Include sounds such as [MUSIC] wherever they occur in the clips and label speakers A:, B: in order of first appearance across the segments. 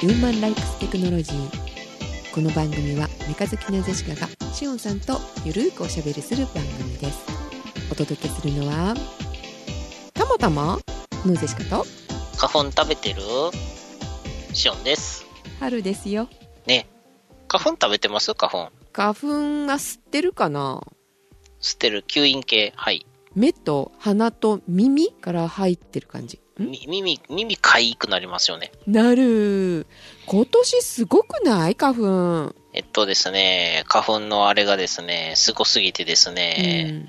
A: ヒューマンライクステクノロジーこの番組はメカ好きなジェシカがシオンさんとゆるーくおしゃべりする番組ですお届けするのはたまたまのジェシカと
B: 花粉食べてるシオンです。
A: 春ですよ
B: ね。花粉食べてます花粉。
A: 花粉が吸ってるかな
B: 吸ってる吸引系。はい。
A: 目と鼻と耳から入ってる感じん
B: み耳、耳かゆくなりますよね。
A: なる今年すごくない花粉、
B: えっとですね、花粉のあれがですね、すごすぎてですね、
A: うん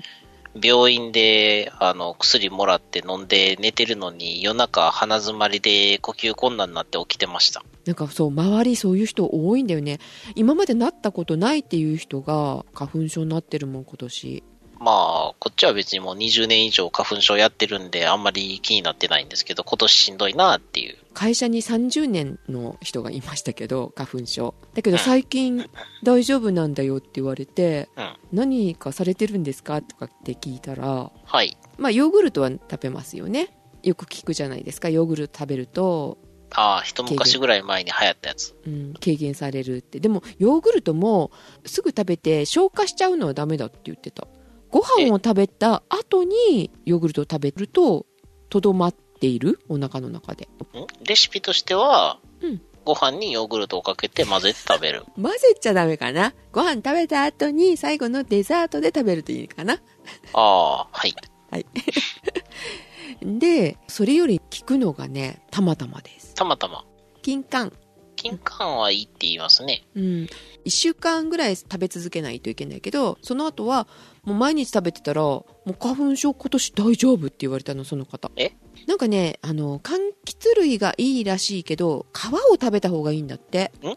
B: 病院で、あの、薬もらって飲んで寝てるのに、夜中鼻詰まりで呼吸困難になって起きてました。
A: なんかそう周りそういう人多いんだよね今までなったことないっていう人が花粉症になってるもん今年
B: まあ、こっちは別にもう20年以上花粉症やってるんで、あんまり気になってないんですけど、今年しんどいなっていう。
A: 会社に30年の人がいましたけど花粉症だけど最近大丈夫なんだよって言われて、
B: うん
A: 何かされてるんですかとかって聞いたら
B: はい。
A: まあヨーグルトは食べますよねよく聞くじゃないですかヨーグルト食べると、
B: ああ、一昔ぐらい前に流行ったやつ。
A: うん、軽減されるってでもヨーグルトもすぐ食べて消化しちゃうのはダメだって言ってたご飯を食べた後にヨーグルトを食べるととどまっているお腹の中で
B: んレシピとしては、
A: うん
B: ご飯にヨーグルトをかけて混ぜて食
A: [LAUGHS]
B: べる。
A: 混ぜちゃダメかなご飯食べた後に最後のデザートで食べるといいかな
B: ああ、はい。
A: でそれより効くのがねたまたまです
B: たまたま。
A: 金柑
B: 金柑はいいって言いますね。
A: うん、1週間ぐらい食べ続けないといけないけどその後はもう毎日食べてたらもう花粉症今年大丈夫って言われたのその方
B: え
A: なんかねあの柑橘類がいいらしいけど皮を食べた方がいいんだって
B: うん。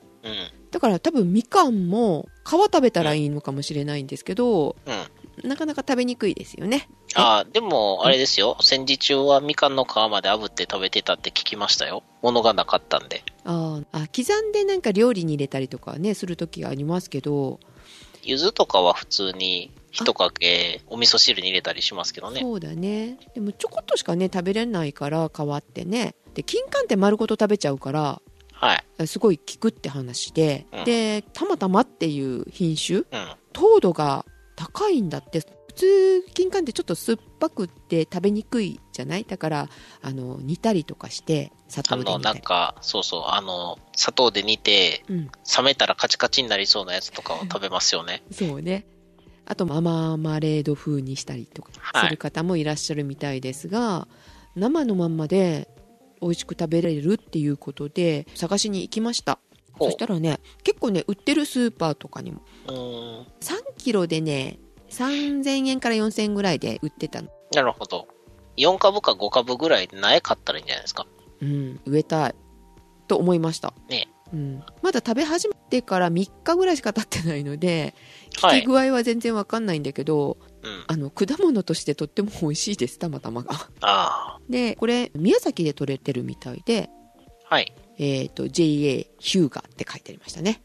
A: だから多分みかんも皮食べたらいいのかもしれないんですけど
B: うん。
A: なかなか食べにくいですよね
B: ああ、でも、あれですよ。戦時中はみかんの皮まで炙って食べてたって聞きましたよ。物がなかったんで。
A: あーあ刻んでなんか料理に入れたりとかねする時がありますけど、
B: 柚子とかは普通に一かけお味噌汁に入れたりしますけどね。
A: そうだねでもちょこっとしかね食べれないから皮ってねで金柑って丸ごと食べちゃうから
B: はい。
A: すごい効くって話で、
B: うん
A: でたまたまっていう品種
B: うん。
A: 糖度が高いんだって普通金柑ってちょっと酸っぱくって食べにくいじゃないだからあの煮たりとかして砂
B: あ
A: 糖で
B: の、
A: 煮
B: な
A: た
B: ん
A: り
B: か、そうそう、あの、砂糖で煮て、
A: うん
B: 冷めたらカチカチになりそうなやつとかを食べますよね。
A: そうねあとマママレード風にしたりとかする方もいらっしゃるみたいですが、生のまんまで美味しく食べれるっていうことで探しに行きました
B: ほう
A: そしたらね結構ね売ってるスーパーとかにも
B: うーん。
A: 3キロでね3000円から4000円ぐらいで売ってたの
B: なるほど。4株か5株ぐらい苗買ったらいいんじゃないですか。
A: うん植えたいと思いました
B: ね
A: うん、まだ食べ始めてから3日ぐらいしか経ってないので効
B: は
A: き
B: い。
A: 具合は全然わかんないんだけど、
B: うん。
A: あの果物としてとっても美味しいですたまたまが
B: あ
A: でこれ宮崎で採れてるみたいで、
B: あ。はい。
A: えー、と JA ヒューガって書いてありましたね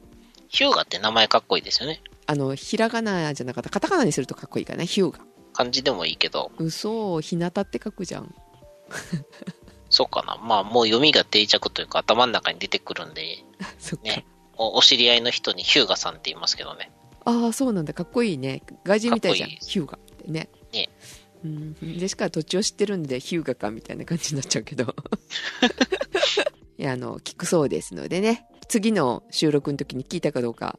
B: ヒューガって名前かっこいいですよね。
A: あのひらがなじゃなかったカタカナにするとかっこいいかなヒューガ
B: 漢字でもいいけど、
A: 嘘ひなたって書くじゃん [LAUGHS]
B: そうかな。まあ、もう読みが定着というか、頭の中に出てくるんで、
A: そっか、
B: ねおお知り合いの人にヒューガさんって言いますけどね。
A: ああそうなんだかっこいいね外人みたいじゃん
B: かっこいい
A: ヒューガってね
B: ね
A: うんでしか土地を知ってるんでヒューガかみたいな感じになっちゃうけどいやあの聞くそうですのでね次の収録の時に聞いたかどうか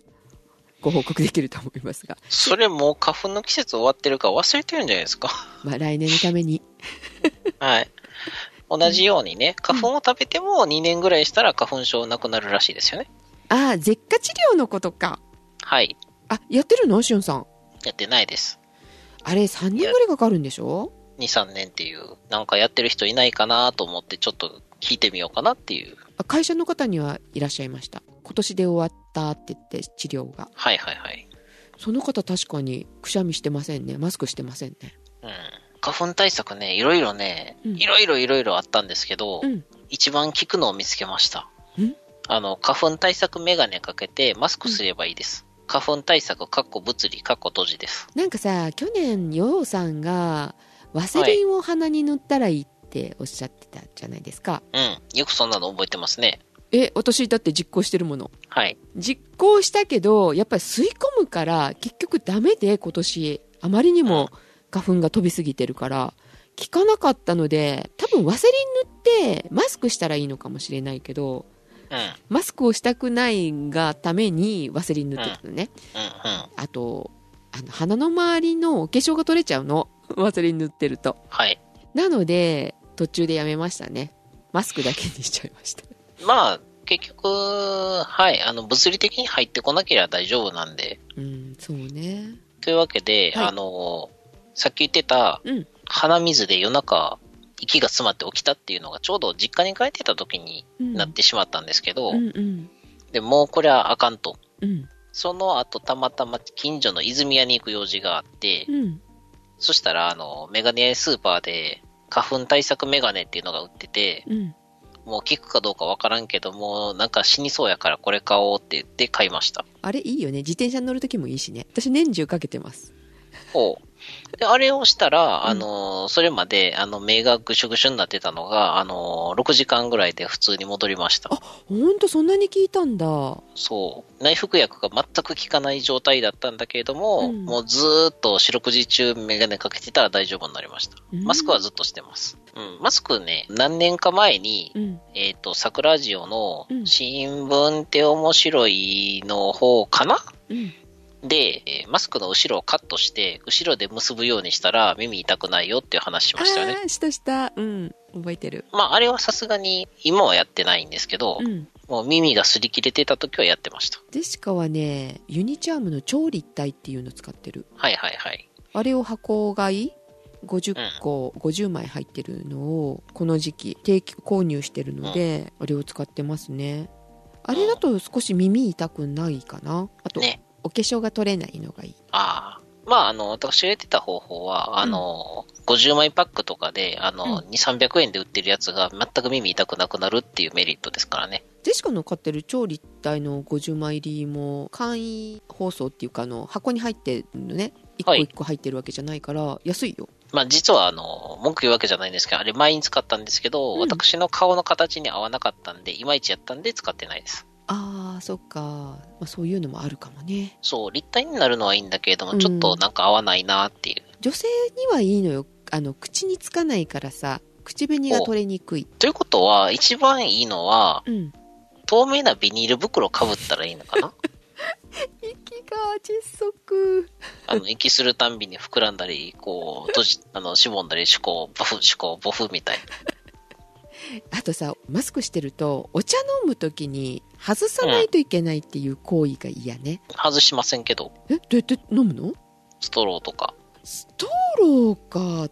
A: ご報告できると思いますが
B: それもう花粉の季節終わってるから忘れてるんじゃないですか。
A: まあ、来年のために。
B: [LAUGHS] はい。同じようにね、花粉を食べても2年ぐらいしたら花粉症なくなるらしいですよね。
A: ああ、舌下治療のことか。
B: はい。
A: あ、やってるのしおんさん。
B: やってないです。
A: あれ、3年ぐらいかかるんでしょ
B: 2、3年っていう、なんかやってる人いないかなと思って、ちょっと聞いてみようかなっていう。
A: あ会社の方にはいらっしゃいました。今年で終わったって言って、治療が。
B: はいはいはい。
A: その方確かにくしゃみしてませんね。マスクしてませんね。
B: うん。花粉対策ね、いろいろね、
A: うん
B: いろいろいろいろあったんですけど、
A: うん
B: 一番効くのを見つけました
A: ん。
B: あの、花粉対策メガネかけてマスクすればいいです。花粉対策、かっこ物理、かっこ閉じです。
A: なんかさ、去年、ヨウさんが、ワセリンを鼻に塗ったらいいっておっしゃってたじゃないですか。
B: うん。よくそんなの覚えてますね。
A: え、私だって実行してるもの。
B: はい。
A: 実行したけど、やっぱり吸い込むから、結局ダメで今年、あまりにも花粉が飛びすぎてるから、効かなかったので、多分ワセリン塗って、マスクしたらいいのかもしれないけど、
B: うん。うん。
A: マスクをしたくないがためにワセリン塗ってたのね。
B: うん。
A: あと、あの、鼻の周りのお化粧が取れちゃうの。 [LAUGHS] ワセリン塗ってると。
B: はい。
A: なので、途中でやめましたね。マスクだけにしちゃいま
B: [LAUGHS]
A: した。
B: まあ、結局、はい。あの、物理的に入ってこなければ大丈夫なんで。
A: うん、そうね。
B: というわけで、
A: はい
B: あの、さっき言ってた、
A: うん
B: 鼻水で夜中、息が詰まって起きたっていうのが、ちょうど実家に帰ってた時に
A: うん
B: なってしまったんですけど、
A: うんうん。
B: でもうこれはあかんと。
A: うん。
B: その後、たまたま近所の泉屋に行く用事があって、
A: うん。
B: そしたら、あの、メガネスーパーで、花粉対策メガネっていうのが売ってて、
A: うん。
B: もう効くかどうかわからんけど、もうなんか死にそうやからこれ買おうって言って買いました。
A: あれいいよね。自転車に乗るときもいいしね。私年中かけてます。
B: おうで、あれをしたら、あの、それまで、あの、目がぐしゅぐしゅになってたのが、あの、6時間ぐらいで普通に戻りました。
A: ほんとそんなに効いたんだ。
B: そう。内服薬が全く効かない状態だったんだけれども、
A: うん
B: もうずーっと四六時中メガネかけてたら大丈夫になりました。
A: うん
B: マスクはずっとしてます。うん、マスクね、何年か前に、
A: うん。
B: えっ、と、桜ジオの
A: うん
B: 新聞って面白いの方かな、
A: うん。
B: で、えーマスクの後ろをカットして、後ろで結ぶようにしたら耳痛くないよっていう話し
A: あ
B: ましたよね。
A: あ、したした。うん。覚えてる。
B: まあ、あれはさすがに今はやってないんですけど、
A: うん。
B: もう耳が擦り切れてた時はやってました。
A: ジェシカはね、ユニチャームの超立体っていうの使ってる。
B: はいはいはい。
A: あれを箱買い50個、50枚入ってるのをこの時期定期購入してるので、あれを使ってますねあれだと少し耳痛くないかなあと、
B: ね
A: お化粧が取れないのがいい
B: ああ。まあ、あの、私が言ってた方法は、あの、50枚パックとかで、あの、
A: う
B: 2、300円で売ってるやつが全く耳痛くなくなるっていうメリットですからね。
A: ジェシカの買ってる超立体の50枚入りも簡易包装っていうかあの箱に入ってるのね一個
B: はい
A: 一個入ってるわけじゃないから安いよ、
B: まあ、実は、あの、文句言うわけじゃないんですけど、あれ前に使ったんですけど、
A: うん
B: 私の顔の形に合わなかったんで、いまいちやったんで使ってないです。
A: あーそっか、まあ、そういうのもあるかもね
B: そう、立体になるのはいいんだけれど
A: う
B: も、
A: ん
B: ちょっとなんか合わないなっていう。
A: 女性にはいいのよあの口につかないからさ口紅が取れにくい
B: ということは、一番いいのは、
A: うん
B: 透明なビニール袋をかぶったらいいの
A: [LAUGHS]
B: かな
A: 息が窒息
B: あの、息するたんびに膨らんだり、こう、閉じ、あの、しぼんだり、しこう、ボフ、しこう、ボフみたいな。
A: あとさマスクしてるとお茶飲む時に外さないといけないっていう行為が嫌ね、
B: 外しませんけど、
A: えどうやって飲むの
B: ストローとか。
A: ストローか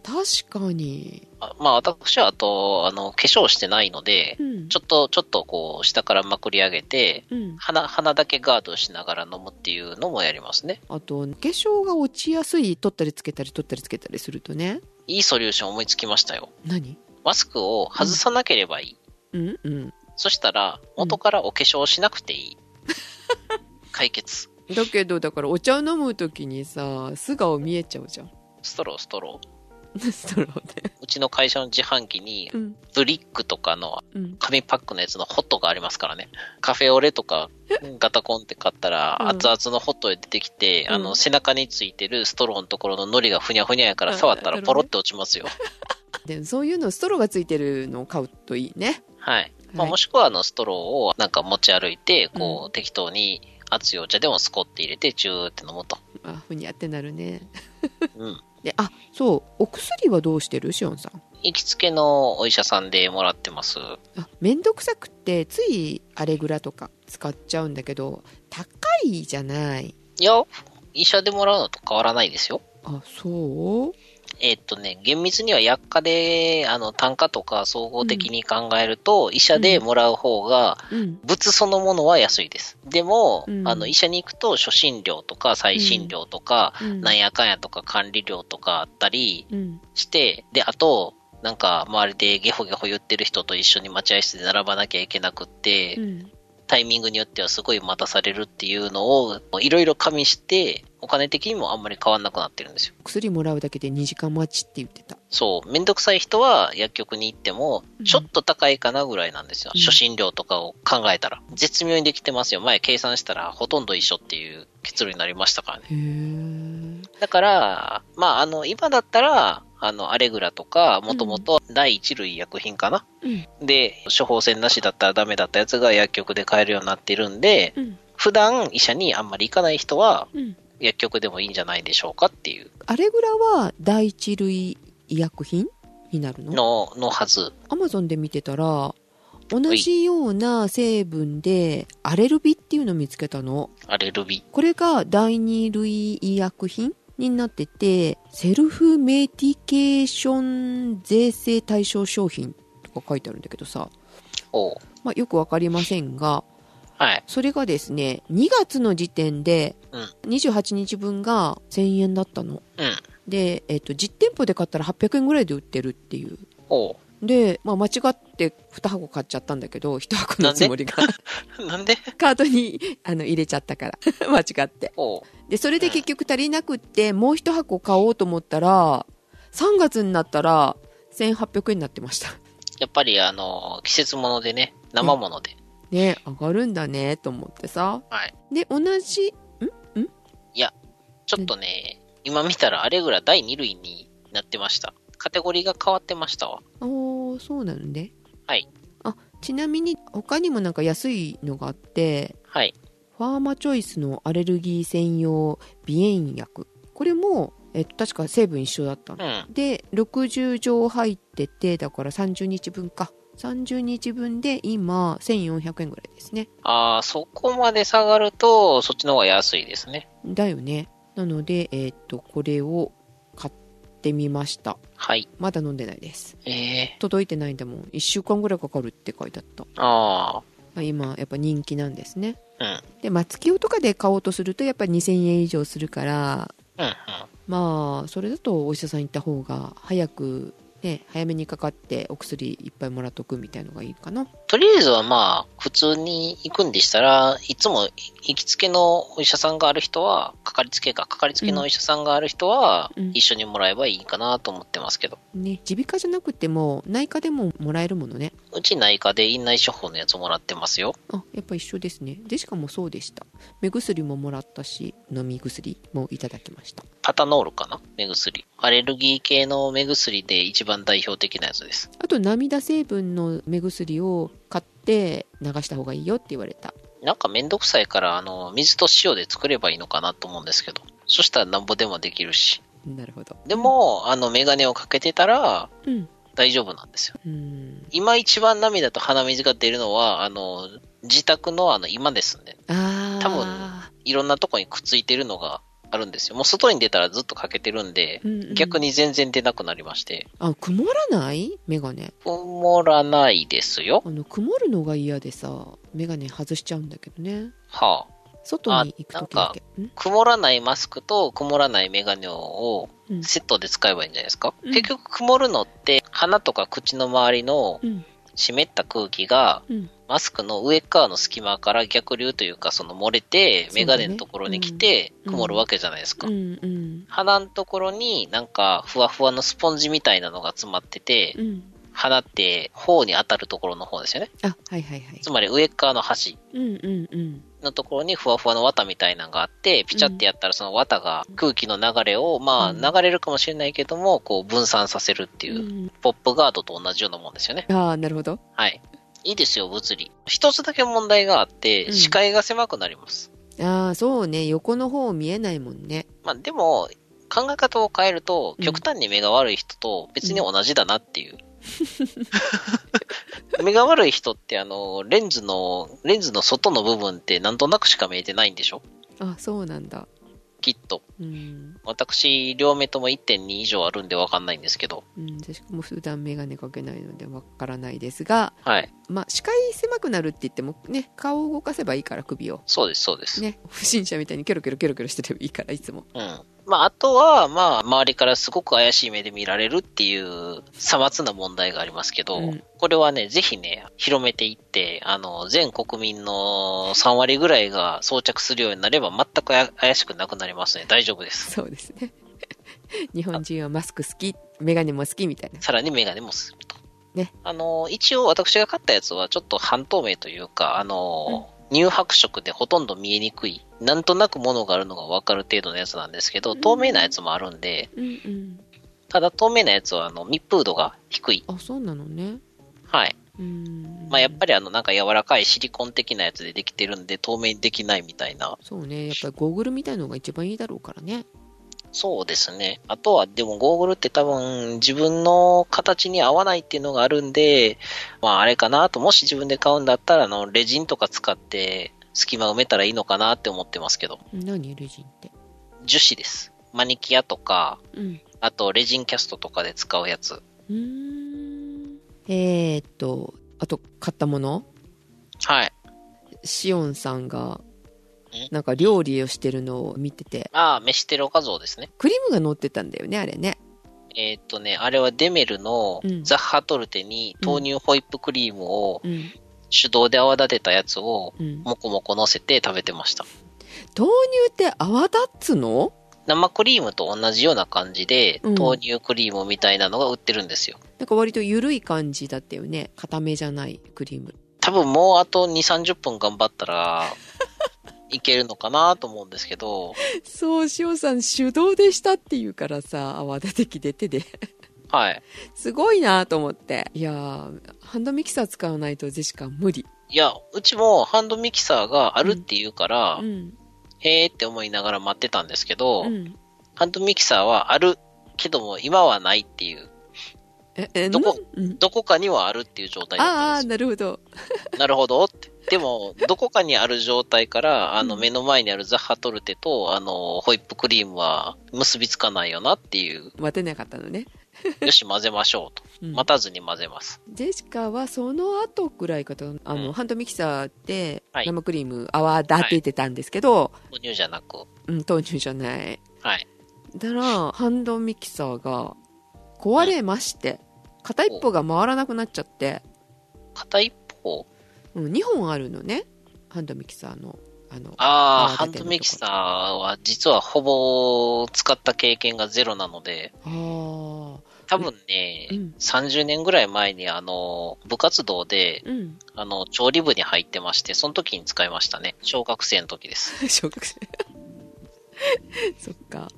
A: 確かに
B: あまあ、私は、あと、あの、化粧してないので、
A: うん
B: ちょっと、ちょっと、こう、下からまくり上げて、
A: うん、
B: 鼻、鼻だけガードしながら飲むっていうのもやりますね。
A: あと化粧が落ちやすい取ったりつけたり取ったりつけたりするとね
B: いいソリューション思いつきましたよ。
A: 何
B: マスクを外さなければいい。
A: うんうん
B: そしたら、元からお化粧しなくていい。解決。
A: だけどだからお茶を飲む時にさ素顔見えちゃうじゃん [LAUGHS]
B: ストロー、ストロー。
A: ストローで
B: うちの会社の自販機に
A: う、ん
B: ブリックとかの
A: うん
B: 紙パックのやつのホットがありますからね。カフェオレとか、ガタコンって買った
A: うん
B: ら、熱々のホットで出てきて、
A: うん
B: あの、背中についてるストローのところの糊がふにゃふにゃやか
A: う
B: ら
A: ん
B: 触った
A: なる
B: ら
A: ほどね
B: ポロって落ちますよ。
A: でそういうのストローがついてるのを買うといいね
B: はい。ま
A: は
B: あ、
A: い
B: もしくは、あの、ストローをなんか持ち歩いて、こう、適当に熱いお茶でもスコって入れて、チューって飲むと。
A: あふにゃってなるね
B: うん。
A: [LAUGHS] であそうお薬はどうしてるしおんさん
B: 行きつけのお医者さんでもらってます。
A: あ面倒くさくってついアレグラとか使っちゃうんだけど高いじゃない
B: いや、医者でもらうのと変わらないですよ。
A: あそう
B: えっとね、厳密には薬価で、あの、単価とか総合的に考えると、医者でもらう方が、
A: うん
B: 物そのものは安いです。でも、
A: うん
B: あの、医者に行くと、初診料とか、再診料とか、
A: うん
B: なんやかんやとか、管理料とかあったり
A: うん
B: して、で、あと、なんか、周りでゲホゲホ言ってる人と一緒に待合室で並ばなきゃいけなくって、
A: うん
B: タイミングによってはすごい待たされるっていうのを、いろいろ加味して、お金的にもあんまり変わんなくなってるんですよ。
A: 薬もらうだけで2時間待ちって言ってた。
B: そう、めんどくさい人は薬局に行っても
A: う、ん
B: ちょっと高いかなぐらいなんですよ。
A: うん
B: 初診料とかを考えたら。絶妙にできてますよ。前計算したらほとんど一緒っていう結論になりましたからね。
A: へえ。
B: だから、まあ、あの、今だったら、あの、アレグラとか、もともと第一類医薬品かな、
A: うん
B: で、処方箋なしだったらダメだったやつが薬局で買えるようになっているんで、
A: うん
B: 普段医者にあんまり行かない人は、
A: うん。
B: 薬局でもいいんじゃないでしょうかっていう
A: アレグラは第一類医薬品になるの
B: の、のはず。
A: アマゾンで見てたら、同じような成分でアレルビっていうのを見つけたの。
B: アレルビ。
A: これが第二類医薬品になってて、セルフメディケーション税制対象商品とか書いてあるんだけどさ、
B: おう
A: まあ、よくわかりませんが、
B: はい。
A: それがですね、2月の時点で
B: う
A: 28日分が1000円だったの。
B: うん。
A: で、えっと、実店舗で買ったら800円ぐらいで売ってるっていう。
B: おう [LAUGHS]
A: で、まあ、間違って2箱買っちゃったんだけど、1箱のつもりが
B: なんで
A: [LAUGHS] カートにあの入れちゃったから。 [LAUGHS] 間違って。
B: おう
A: で、それで結局足りなくって、もう1箱買おうと思ったら、3月になったら1800円になってました。 [LAUGHS]
B: やっぱり、あの、季節物でね、生物で。
A: ね、上がるんだね、と思ってさ。
B: はい。
A: で、同じ、
B: ちょっとね、今見たらアレグラ第2類になってました。カテゴリーが変わってましたわ。
A: おー、そうなのね。
B: はい。
A: あ、ちなみに、他にもなんか安いのがあって、
B: はい。
A: ファーマチョイスのアレルギー専用鼻炎薬。これも、えっと、確か成分一緒だったの
B: う。ん。
A: で、60錠入ってて、だから30日分か。30日分で今、1400円ぐらいですね。
B: ああ、そこまで下がると、そっちの方が安いですね。
A: だよね。なので、えっと、これを買ってみました。
B: はい。
A: まだ飲んでないです。
B: ええ
A: 届いてないんだもん。1週間ぐらいかかるって書いてあった。
B: あ
A: まあ今、やっぱ人気なんですね。
B: あ、
A: で、松清とかで買おうとすると、やっぱり2000円以上するから、
B: うん。うん、うん。
A: まあそれだとお医者さん行った方が早く、ね、早めにかかってお薬いっぱいもらっとくみたいのがいいかな
B: とりあえずはまあ、普通に行くんでしたら、いつも行きつけのお医者さんがある人は、かかりつけか、かかりつけのお医者さんがある人は、
A: うん
B: 一緒にもらえばいいかなと思ってますけど。
A: ね耳鼻科じゃなくても内科でももらえるものね
B: うち内科で院内処方のやつもらってますよ。
A: あやっぱ一緒ですねでしかもそうでした目薬ももらったし飲み薬もいただきました
B: パタノールかな目薬。アレルギー系の目薬で一番代表的なやつです。
A: あと涙成分の目薬を買って流した方がいいよって言われた
B: なんかめんどくさいから、あの、水と塩で作ればいいのかなと思うんですけど。そしたらなんぼでもできるし。
A: なるほど
B: でも、あの、メガネをかけてたら
A: うん
B: 大丈夫なんですよ。
A: うん
B: 今一番涙と鼻水が出るのは、あの、自宅のあの、今ですね。
A: ああ
B: 多分いろんなとこにくっついてるのがあるんですよ。もう外に出たらずっとかけてるんで、
A: うんうん
B: 逆に全然出なくなりまして。
A: あ曇らない眼鏡
B: 曇らないですよ。
A: あの曇るのが嫌でさ眼鏡外しちゃうんだけどね
B: はあ。
A: 外に行く時だけん
B: 曇らないマスクと曇らないメガネを
A: うん
B: セットで使えばいいんじゃないですか、
A: うん
B: 結局曇るのって鼻とか口の周りの
A: うん
B: 湿った空気が
A: うん
B: マスクの上側の隙間から逆流というかその漏れて
A: そうだね
B: メガネのところに来て
A: うん
B: 曇るわけじゃないですか、
A: うんうん
B: 鼻のところになんかふわふわのスポンジみたいなのが詰まってて
A: うん
B: 鼻って頬に当たるところの方ですよね
A: あはいはいはい
B: つまり上側の端
A: うんうんうん
B: のところにふわふわの綿みたいなのがあって、ピチャってやったらその綿が空気の流れを、まあ
A: うん
B: 流れるかもしれないけども、こう分散させるっていうう、
A: ん
B: ポップガードと同じようなもんですよね。
A: ああなるほど
B: はい。いいですよ、物理。一つだけ問題があっ
A: う
B: て、
A: ん
B: 視界が狭くなります。
A: ああそうね横の方見えないもんね
B: まあでも、考え方を変えると
A: う、ん
B: 極端に目が悪い人と別に同じだなっていう。 [LAUGHS] 目が悪い人ってあの、レンズの、レンズの外の部分ってなんとなくしか見えてないんでしょ
A: あそうなんだ
B: きっと。
A: うん、
B: 私、両目とも1.2以上あるんで分かんないんですけど、
A: うん、私も普段眼鏡かけないのでわからないですが
B: はい。
A: まあ視界狭くなるって言ってもね顔を動かせばいいから首を
B: そうです、そうです。
A: ね不審者みたいにキョロキョロキョロキョロしてればいいからいつも
B: うん。まあ、あとは、まあ、周りからすごく怪しい目で見られるっていう、さまつな問題がありますけど、
A: うん
B: これはね、ぜひね、広めていって、あの、全国民の3割ぐらいが装着するようになれば、全くや怪しくなくなりますね。大丈夫です。
A: そうですね [LAUGHS] 日本人はマスク好きメガネも好きみたいな
B: さらにメガネもすると。
A: ね。
B: あの、一応私が買ったやつは、ちょっと半透明というか、あの、乳白色でほとんど見えにくい、なんとなく物があるのがわかる程度のやつなんですけど、透明なやつもあるんで、
A: うんうん
B: ただ透明なやつはあの密封度が低い。
A: あそうなのね
B: はい。
A: うん
B: まあ、やっぱりあのなんか柔らかいシリコン的なやつでできてるんで透明にできないみたいな。
A: そうねやっぱりゴーグルみたいのが一番いいだろうからね
B: そうですね。あとはでもゴーグルって多分自分の形に合わないっていうのがあるんで、まああれかなと、もし自分で買うんだったらあのレジンとか使って隙間埋めたらいいのかなって思ってますけど。
A: 何レジンって
B: 樹脂です。マニキュアとか、
A: うん
B: あとレジンキャストとかで使うやつ。
A: うーんえー、っとあと買ったもの
B: はい。
A: シオンさんが
B: え
A: なんか料理をしてるのを見てて
B: ああ、メシテロ画像ですね。
A: クリームが乗ってたんだよねあれね
B: えーっとね、あれはデメルの
A: うん
B: ザッハトルテに豆乳ホイップクリームを
A: うん
B: 手動で泡立てたやつを
A: うん
B: もこもこ乗せて食べてました。
A: 豆乳って泡立つの
B: 生クリームと同じような感じで、
A: うん
B: 豆乳クリームみたいなのが売ってるんですよ。
A: なんか割と緩い感じだったよね固めじゃないクリーム
B: 多分もうあと2、30分頑張ったらいけるのかなと思うんですけど、
A: そうシオンさん手動でしたっていうからさ泡立て器で手で [LAUGHS]
B: はい。
A: すごいなと思っていやーハンドミキサー使わないとジェシカは無理
B: いや、うちもハンドミキサーがあるって言うから、
A: うん
B: へーって思いながら待ってたんですけど、
A: うん
B: ハンドミキサーはあるけども今はないっていう。
A: ええ
B: どこ
A: なうん
B: どこかにはあるっていう状態だった
A: あ
B: ん
A: あ
B: で
A: なるほど
B: すよ。なるほどって。でも、どこかにある状態から、あの、
A: うん
B: 目の前にあるザッハトルテと、あの、ホイップクリームは結びつかないよなっていう。
A: 待てなかったのね、
B: よし、混ぜましょうと。
A: うん
B: 待たずに混ぜます。
A: ジェシカはその後ぐらいかとあの、
B: うん
A: ハンドミキサーで
B: はい
A: 生クリーム泡立ててたんですけど、
B: 豆乳じゃなく。
A: うん、豆乳じゃない
B: はい。
A: だからハンドミキサーが壊れまして片一方が回らなくなっちゃって、
B: 片一方。
A: うん、2本あるのねハンドミキサーのあの
B: ああ、ハ
A: 泡
B: ン
A: 立て
B: ド
A: るとこ
B: ミキサーは実はほぼ使った経験がゼロなので、
A: あー
B: 多分ね、
A: うん
B: 30年ぐらい前にあの、部活動で、
A: うん [LAUGHS]
B: あの、調理部に入ってまして、その時に使いましたね。小学生の時です。
A: 小学生そっか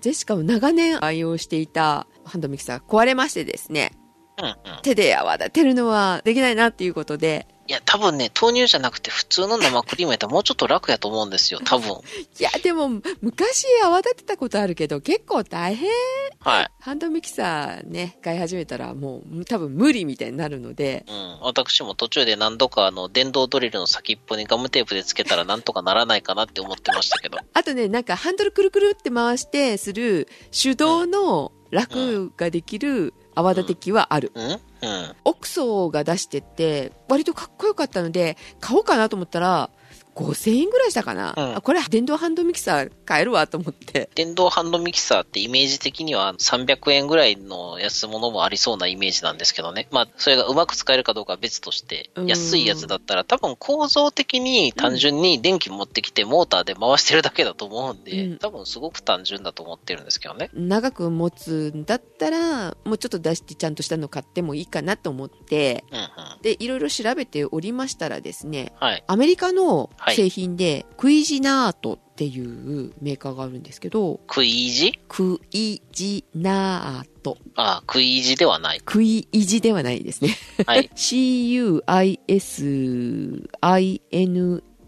A: ジェシカも長年愛用していたハンドミキサー壊れましてですね
B: うんうん。
A: 手で泡立てるのはできないなっていうことで
B: いや、多分ね、豆乳じゃなくて普通の生クリームやったらもうちょっと楽やと思うんですよ、多分。
A: いやでも昔泡立てたことあるけど結構大変
B: [LAUGHS] はい。
A: ハンドミキサーね買い始めたらもう多分無理みたいになるので
B: うん。私も途中で何度かあの、電動ドリルの先っぽにガムテープでつけたらなんとかならないかなって思ってましたけど。
A: あとねなんかハンドルくるくるって回してする手動の楽ができる泡立て器はある
B: うんうん。
A: オクソが出してて割とかっこよかったので買おうかなと思ったら5000円ぐらいしたかな、
B: うん
A: あこれ電動ハンドミキサー買えるわと思って
B: 電動ハンドミキサーってイメージ的には300円ぐらいの安物もありそうなイメージなんですけどね。まあ、それがうまく使えるかどうかは別として
A: う、ん
B: 安いやつだったら多分構造的に単純に電気持ってきてモーターで回してるだけだと思うん
A: う
B: で
A: ん、
B: 多分すごく単純だと思ってるんですけどね。
A: 長く持つんだったらもうちょっと出してちゃんとしたの買ってもいいかなと思って
B: うんうん。
A: でいろいろ調べておりましたらですね
B: はい。
A: アメリカの
B: はい
A: 製品で、クイジナートっていうメーカーがあるんですけど
B: 食い意地
A: クイジナート
B: ああ、食い意地ではない。
A: クイイジではないですね [LAUGHS]
B: はい。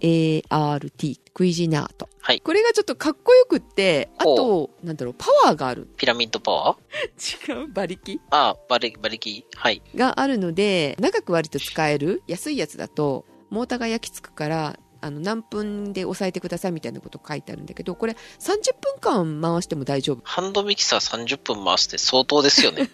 A: CUISINART クイジナート、
B: はい
A: これがちょっとかっこよくってあ
B: ほう
A: となんだろうパワーがある [LAUGHS]
B: ピラミッドパワー
A: 違う馬力
B: ああ、馬力、馬力。はい。
A: があるので長く割と使える安いやつだとモーターが焼き付くからあの何分で押さえてくださいみたいなこと書いてあるんだけどこれ30分間回しても大丈夫
B: ハンドミキサー30分回して相当です
A: [LAUGHS]
B: よね。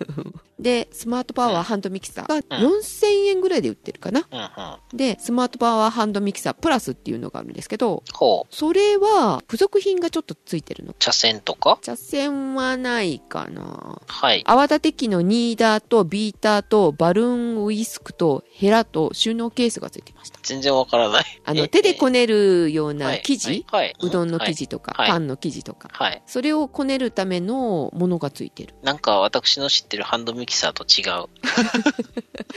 A: でスマートパワ
B: う
A: ー
B: ん
A: ハンドミキサーが4000円ぐらいで売ってるかな
B: うんうん。
A: でスマートパワーハンドミキサープラスっていうのがあるんですけど
B: ほう。
A: それは付属品がちょっとついてるの
B: 茶筅とか
A: 茶筅はないかな
B: はい。
A: 泡立て器のニーダーとビーターとバルーンウィスクとヘラと収納ケースがついてました
B: 全然わからない。
A: あ
B: え
A: の
B: え
A: 手でこねるよう
B: は
A: ない生地、
B: はいはいう
A: どんの生地とか、
B: はい
A: パンの生地とか、
B: はい。はい
A: それをこねるためのものがついてる [LAUGHS]
B: なんか私の知ってるハンドミキサーと違う。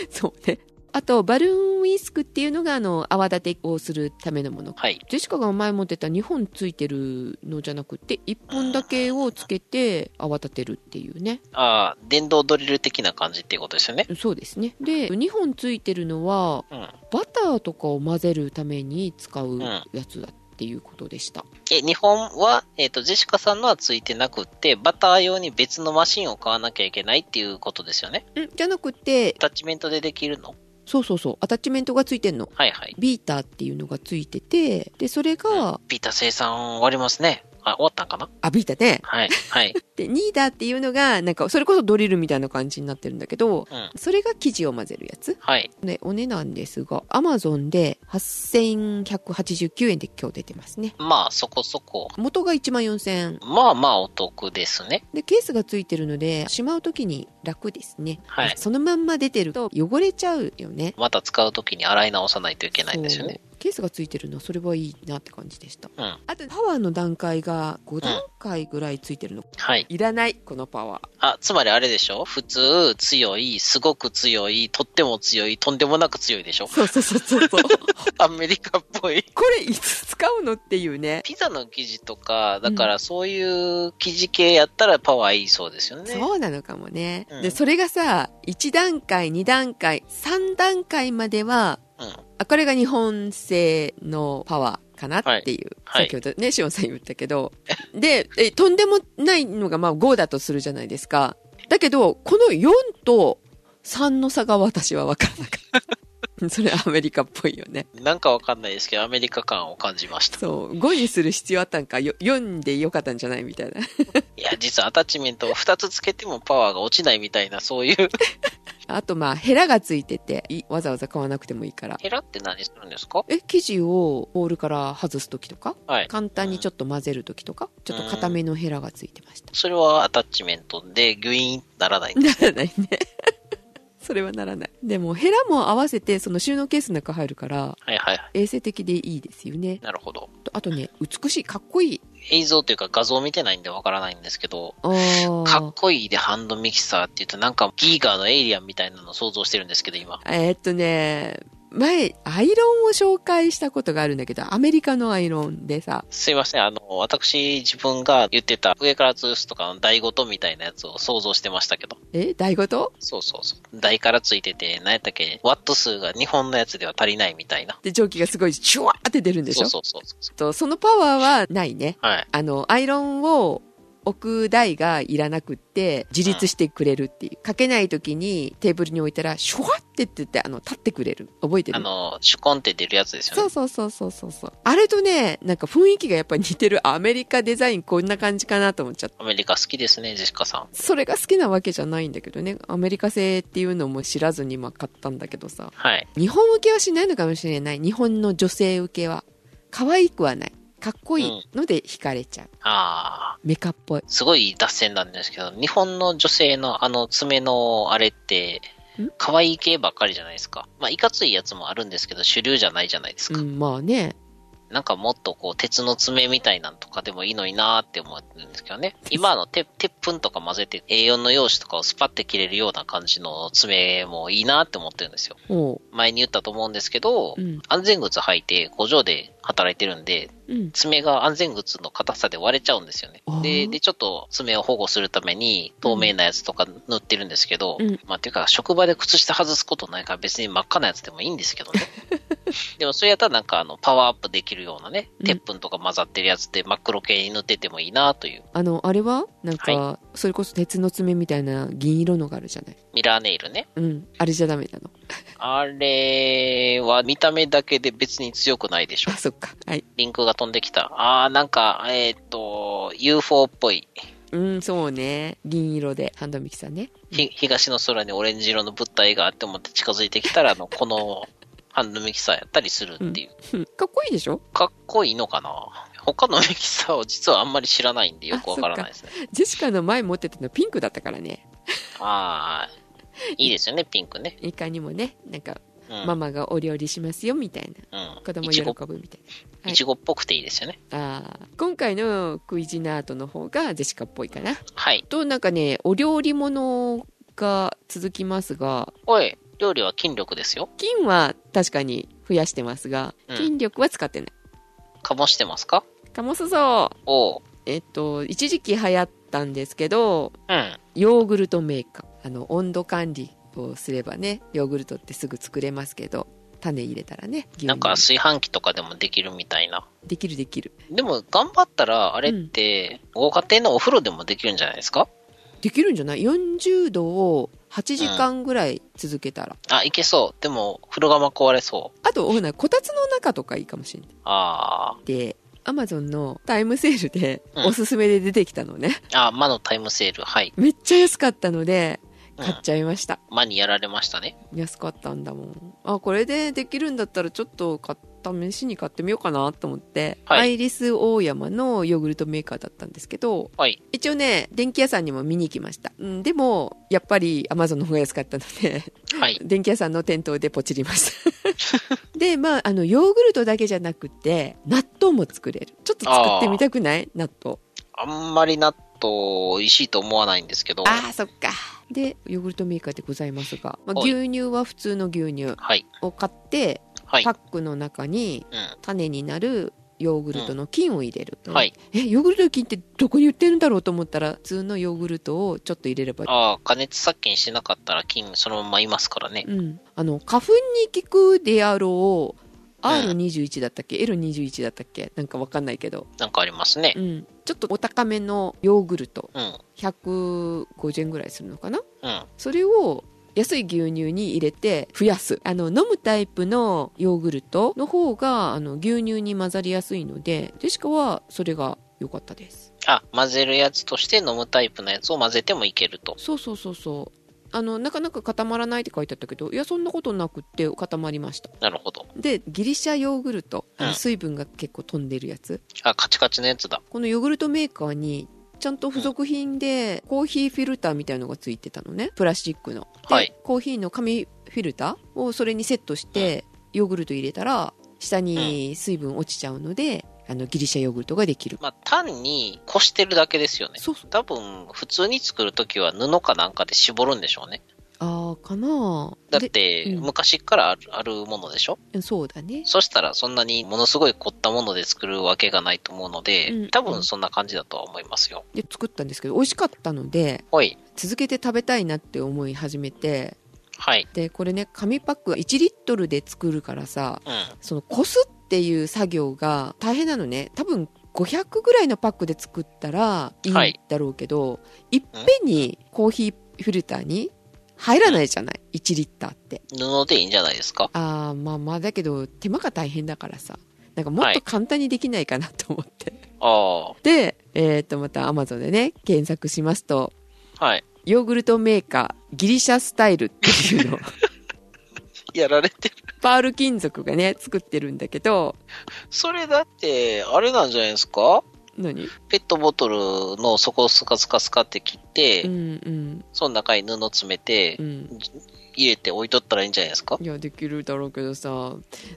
A: そうねあとバルーンウィスクっていうのがあの泡立てをするためのもの
B: はい。
A: ジェシカが前持ってた2本ついてるのじゃなくて1本だけをつけて泡立てるっていうね
B: ああ、電動ドリル的な感じっていうことですよね。
A: そうですねで2本ついてるのは
B: うん。
A: バターとかを混ぜるために使うやつだっていうことでした、
B: え、日本は、えっ、と、ジェシカさんのはついてなくって、バター用に別のマシンを買わなきゃいけないっていうことですよね。
A: んじゃなくて
B: アタッチメントでできるの
A: そうそうそうアタッチメントがついてんの
B: はいはい。
A: ビーターっていうのがついててでそれが
B: ビータ生産終わりますね。あ、終わったんかな
A: あビーターね
B: はい。はい。
A: でニーダーっていうのがなんかそれこそドリルみたいな感じになってるんだけど
B: うん。
A: それが生地を混ぜるやつ
B: はい。
A: でお値なんですがアマゾンで8189円で今日出てますね
B: まあ、そこそこ。
A: 元が1万4000円
B: まあまあお得ですね。
A: でケースがついてるのでしまう時に楽ですね、
B: はい
A: そのまんま出てると汚れちゃうよね
B: また使うときに洗い直さないといけないんですよね。
A: そうケースがついてるのはそれはいいなって感じでした、
B: うん
A: あとパワーの段階が5段階ぐらいついてるの、
B: はい。
A: いらないこのパワー
B: あ、つまりあれでしょ普通、強い、すごく強い、とっても強い、とんでもなく強いでしょ
A: そうそうそうそうそう
B: [LAUGHS] アメリカっぽい。
A: これいつ使うのっていうね
B: ピザの生地とか、だからそういう生地系やったらパワーいいそうですよね。
A: そうなのかもね、
B: うん
A: でそれがさ1段階2段階3段階までは
B: うん。
A: あこれが日本製のパワーかなっていう、
B: はいはい
A: 先ほどね、しおんさん言ったけど、で、えとんでもないのがまあ5だとするじゃないですか。だけど、この4と3の差が私は分からなか [LAUGHS] った。それアメリカっぽいよね。
B: なんかわかんないですけど、アメリカ感を感じました。
A: そう、5にする必要あったんか、よ4でよかったんじゃないみたいな。 [LAUGHS]
B: いや、実はアタッチメントを2つつけてもパワーが落ちないみたいな、そう [LAUGHS] いう。
A: あとまあ、ヘラがついてて、いわざわざ買わなくてもいいから。
B: ヘラって何するんですか
A: え、生地をボールから外すときとか、
B: はい。
A: 簡単にちょっと混ぜるときとか、ちょっと固めのヘラがついてました。
B: それはアタッチメントでギュイーンならない。
A: ならないね。 [LAUGHS] それはならない。でも、ヘラも合わせて、その収納ケースの中入るから、
B: はいはいは
A: 衛生的でいいですよね
B: い。。なるほど。
A: あとね、美しい、かっこいい。
B: 映像というか画像見てないんでわからないんですけど、
A: あー
B: かっこいいでハンドミキサーって言うとなんかギーガーのエイリアンみたいなの想像してるんですけど、今。
A: えーっとね、前、アイロンを紹介したことがあるんだけど、アメリカのアイロンでさ、
B: すいません。あの、私自分が言ってた上から吊るすとかの台ごとみたいなやつを想像してましたけど。
A: え、台ごと
B: そうそうそう。台からついてて、何やったっけ、ワット数が日本のやつでは足りないみたいな。
A: で、蒸気がすごい、チュワーって出るんでし
B: そ
A: ょ
B: うそうそうそう。
A: とそのパワーはないね。
B: はい。
A: あの、アイロンを置く台がいらなくって、自立してくれるっていう。かけない時にテーブルに置いたら、シュワってって言って、あの、立ってくれる。覚えて
B: あ
A: る
B: の、シュコンって出るやつですよね。
A: そうそうそうそうそうそう。あれとね、なんか雰囲気がやっぱり似てるアメリカデザインこんな感じかなと思っちゃった。
B: アメリカ好きですね、ジェシカさん。
A: それが好きなわけじゃないんだけどね。アメリカ製っていうのも知らずにまあ買ったんだけどさ。
B: はい。
A: 日本受けはしないのかもしれない。日本の女性受けは。可愛くはない。かっこいいので惹かれちゃう。
B: ああ、
A: メカっぽい。
B: すごい脱線なんですけど、日本の女性のあの爪のあれって
A: ん、
B: 可愛い系ばっかりじゃないですか。まあ、いかついやつもあるんですけど、主流じゃないじゃないです
A: う
B: か。
A: ん、まあね。
B: なんかもっとこう、鉄の爪みたいなんとかでもいいのになーって思ってるんですけどね。今の鉄、鉄粉とか混ぜて A4 の用紙とかをスパって切れるような感じの爪もいいなーって思ってるんですよ。
A: おう。
B: 前に言ったと思うんですけど、
A: うん。
B: 安全靴履いて工場で働いてるんで、
A: うん。
B: 爪が安全靴の硬さで割れちゃうんですよね
A: あー。
B: で、で、ちょっと爪を保護するために透明なやつとか塗ってるんですけど、
A: うん [LAUGHS]
B: まあ、ていうか、職場で靴下外すことないから別に真っ赤なやつでもいいんですけどね。でもそれやったらなんかあの、パワーアップできるようなね
A: う、ん
B: 鉄粉とか混ざってるやつで真っ黒系に塗っててもいいなという、
A: あの、あれはなんか、それこそ鉄の爪みたいな銀色のがあるじゃない。
B: ミラーネイルね。
A: うん。あれじゃダメなの。
B: あれは見た目だけで別に強くない
A: [LAUGHS]
B: でしょ
A: あ、。そっか。はい。
B: リンクが飛んできた。あー、なんか、えーっと、UFO っぽい。
A: うん、そうね。銀色で。ハンドミキサーね。
B: ひ東の空にオレンジ色の物体があって思って近づいてきたら、あの、このハンドミキサーやったりするっていう。
A: うんかっこいいでしょ
B: かっこいいのかな他のミキサーを実はあんまり知らないんでよくわからないですね。
A: ジェシカの前持ってたのピンクだったからね。
B: ああー、いいですよね、ピンクね。
A: いかにもね、なんか、
B: うん。
A: ママがお料理しますよ、みたいな。
B: うん、
A: 子供
B: い
A: 喜
B: ち
A: ぶ
B: ご、
A: みたいはい
B: いちごっぽくていいですよね。
A: な。あー今回のクイジナートの方がジェシカっぽいかな。
B: はい。
A: と、なんかね、お料理物が続きますが、
B: おい、料理は筋力ですよ。
A: 金は確かに増やしてますが、
B: うん
A: 筋力は使ってない。
B: かもしてますか
A: カモスソ
B: おう。
A: えっと、一時期流行ったんですけど、
B: うん。
A: ヨーグルトメーカー。あの、温度管理をすればね、ヨーグルトってすぐ作れますけど、種入れたらね、牛
B: なんか
A: 乳
B: 炊飯器とかでもできるみたいな。
A: できるできる。
B: でも、頑張ったら、あれって、ご家庭のお風呂でもできるんじゃないですか
A: できるんじゃない ?40 度を8時間ぐらい続けたら。
B: あ、いけそう。でも、風呂釜壊れそう。
A: あと、ほら、こたつの中とかいいかもしれない。
B: あ
A: で、アマゾンのタイムセールで
B: うん
A: おすすめで出てきたのね。 [LAUGHS]
B: ー。あー、魔のタイムセール。はい。
A: めっちゃ安かったので、
B: うん
A: 買っちゃいました。
B: 魔にやられましたね。
A: 安かったんだもんあこれでできるんだったらちょっと買った試しに買ってみようかなと思って、
B: はい
A: アイリスオーヤマのヨーグルトメーカーだったんですけど
B: はい。
A: 一応ね電気屋さんにも見に行きました、うん、でもやっぱりアマゾンの方が安かったので
B: はい。
A: 電気屋さんの店頭でポチりました [LAUGHS] でまああのヨーグルトだけじゃなくて納豆も作れるちょっと作ってみたくない納豆
B: あんまり納豆、美味しいと思わないんですけど。
A: ああそっかでヨーグルトメーカーでございますが、まあ、
B: はい
A: 牛乳は普通の牛乳
B: はい。
A: を買って
B: はい
A: パ。ックの中に
B: うん。
A: 種になるヨーグルトの菌を入れる、
B: はい。
A: えヨーグルトの菌ってどこに売ってるんだろうと思ったら普通のヨーグルトをちょっと入れれば
B: ああ、加熱殺菌してなかったら菌そのままいますからね。
A: うん、あの花粉に効くであろう
B: うん
A: R21 だったっけ L21 だったっけなんかわかんないけど、
B: なんかありますね
A: う。ん、ちょっとお高めのヨーグルト
B: うん。
A: 150円ぐらいするのかな
B: うん。
A: それを安い牛乳に入れて増やすあの飲むタイプのヨーグルトの方があの牛乳に混ざりやすいのでジェシカはそれが良かったです
B: あ、混ぜるやつとして飲むタイプのやつを混ぜてもいけると。
A: そうそうそうそうあのなかなか固まらないって書いてあったけどいやそんなことなくって固まりました
B: なるほど。
A: でギリシャヨーグルトあの
B: うん
A: 水分が結構飛んでるやつ
B: あ、カチカチのやつだ。
A: このヨーグルトメーカーにちゃんと付属品でコーヒーフィルターみたいのがついてたのねプラスチックので、
B: はい
A: コーヒーの紙フィルターをそれにセットしてヨーグルト入れたら下に水分落ちちゃうのであのギリシャヨーグルトができる
B: まあ、単にこしてるだけですよね。
A: そうそう
B: 多分、普通に作るときは布かなんかで絞るんでしょうね。
A: ああかなあ
B: だって、
A: うん
B: 昔からあるあるものでしょ
A: でそうだね
B: そしたらそんなにものすごい凝ったもので作るわけがないと思うの
A: う
B: で
A: ん、
B: 多分そんな感じだとは思いますよ。
A: で作ったんですけど美味しかったので
B: はい。
A: 続けて食べたいなって思い始めて
B: はい。
A: でこれね紙パックは1リットルで作るからさ
B: うん。
A: そのこすっていう作業が大変なのね多分500ぐらいのパックで作ったらいいん
B: はい
A: だろうけど、い、っぺんにコーヒーフィルターに入らないじゃない1リッターって
B: 布でいいんじゃないですか
A: ああまあまあだけど手間が大変だからさなんかもっ
B: は
A: と
B: い
A: 簡単にできないかなと思って、
B: あ
A: でえっ、とまたアマゾンでね検索しますと
B: あ。はい。
A: ヨーグルトメーカーギリシャスタイルっていう
B: [LAUGHS]
A: の
B: やられてる。
A: パール金属がね作ってるんだけど
B: それだって、あれなんじゃないですか
A: 何
B: ペットボトルの底をスカスカスカって切って、
A: うんうん
B: その中に布詰めて
A: う、ん
B: 入れて置いとったらいいんじゃないですか
A: いや、できるだろうけどさ、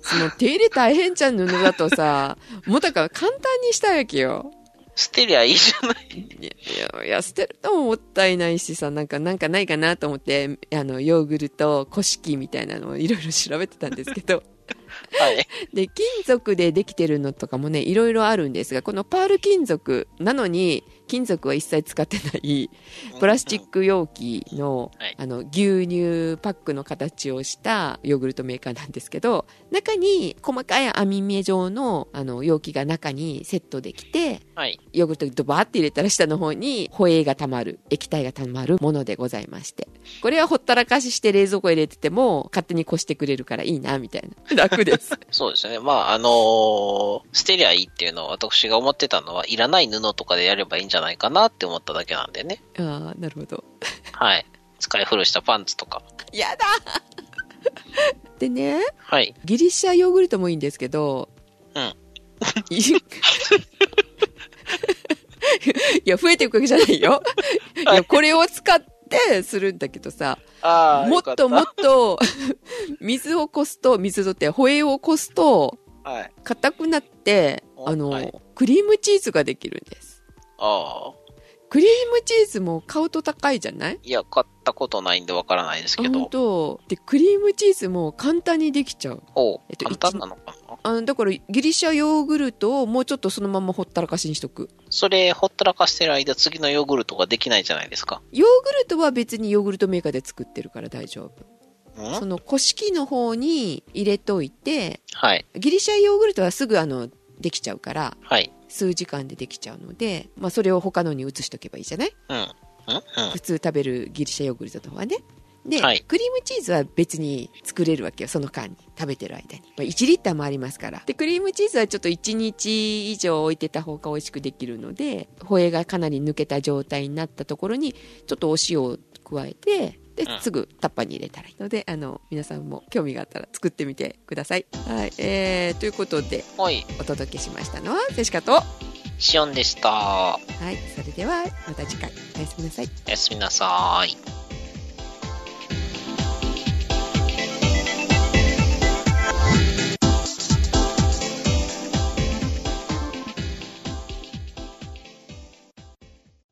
A: その手入れ大変じゃん、布だとさ、もうだから簡単にしたいわけよ。
B: 捨てりゃいいじゃない。
A: いや、いや、捨てるのももったいないしさ、なんか、なんかないかなと思って、あの、ヨーグルト、古式みたいなのをいろいろ調べてたんですけど、
B: はい。
A: で、金属でできてるのとかもね、いろいろあるんですが、このパール金属なのに、金属は一切使ってない [LAUGHS] プラスチック容器の,、
B: はい
A: あの牛乳パックの形をしたヨーグルトメーカーなんですけど中に細かい網目状のあの容器が中にセットできて
B: はい。
A: ヨーグルトドバーって入れたら下の方にホエーがたまる液体がたまるものでございましてこれはほったらかしして冷蔵庫入れてても勝手にこしてくれるからいいなみたいな
B: [LAUGHS]
A: 楽です
B: そうですね。まあ、あのー捨てりゃいいっていうのを私が思ってたのは、いらない布とかでやればいいんじゃないかなって思っただけなんでね。
A: ああなるほど
B: はい。使い古したパンツとか。
A: やだでね
B: はい。
A: ギリシャヨーグルトもいいんですけど、
B: うん
A: いいや、増えていくわけじゃないよ。いや、これを使ってするんだけどさ、
B: あ
A: もっともっ
B: と。
A: と、水をこすと、水とって、ホエーをこすと、
B: はい。
A: 硬くなって、
B: お
A: あの、
B: はい
A: クリームチーズができるんです。
B: ああ。
A: クリームチーズも買うと高いじゃない
B: いや、買ったことないんでわからないです
A: あ
B: け
A: 本
B: ど。
A: 当で、クリームチーズも簡単にできちゃう。
B: おう
A: えっと
B: 簡単なのかな
A: あのだからギリシャヨーグルトをもうちょっとそのままほったらかしにしとく
B: それ、ほったらかしてる間、次のヨーグルトができないじゃないですか。
A: ヨーグルトは別にヨーグルトメーカーで作ってるから大丈夫
B: ん
A: その古式の方に入れといて
B: はい。
A: ギリシャヨーグルトはすぐあのできちゃうから
B: はい。
A: 数時間でできちゃうので、まあ、それを他のに移しとけばいいじゃない
B: うん。うんうん。
A: 普通食べるギリシャヨーグルトの方はねで、
B: はい
A: クリームチーズは別に作れるわけよその間に食べてる間に、まあ、1リッターもありますからでクリームチーズはちょっと1日以上置いてた方が美味しくできるのでホエーがかなり抜けた状態になったところにちょっとお塩を加えてで
B: うん
A: すぐタッパーに入れたらいいのであの皆さんも興味があったら作ってみてください、はいえー、ということで
B: はい。
A: お届けしましたのはセシカと、は
B: シオンでした。
A: い、それではまた次回おやすみなさい
B: おやすみなさーい。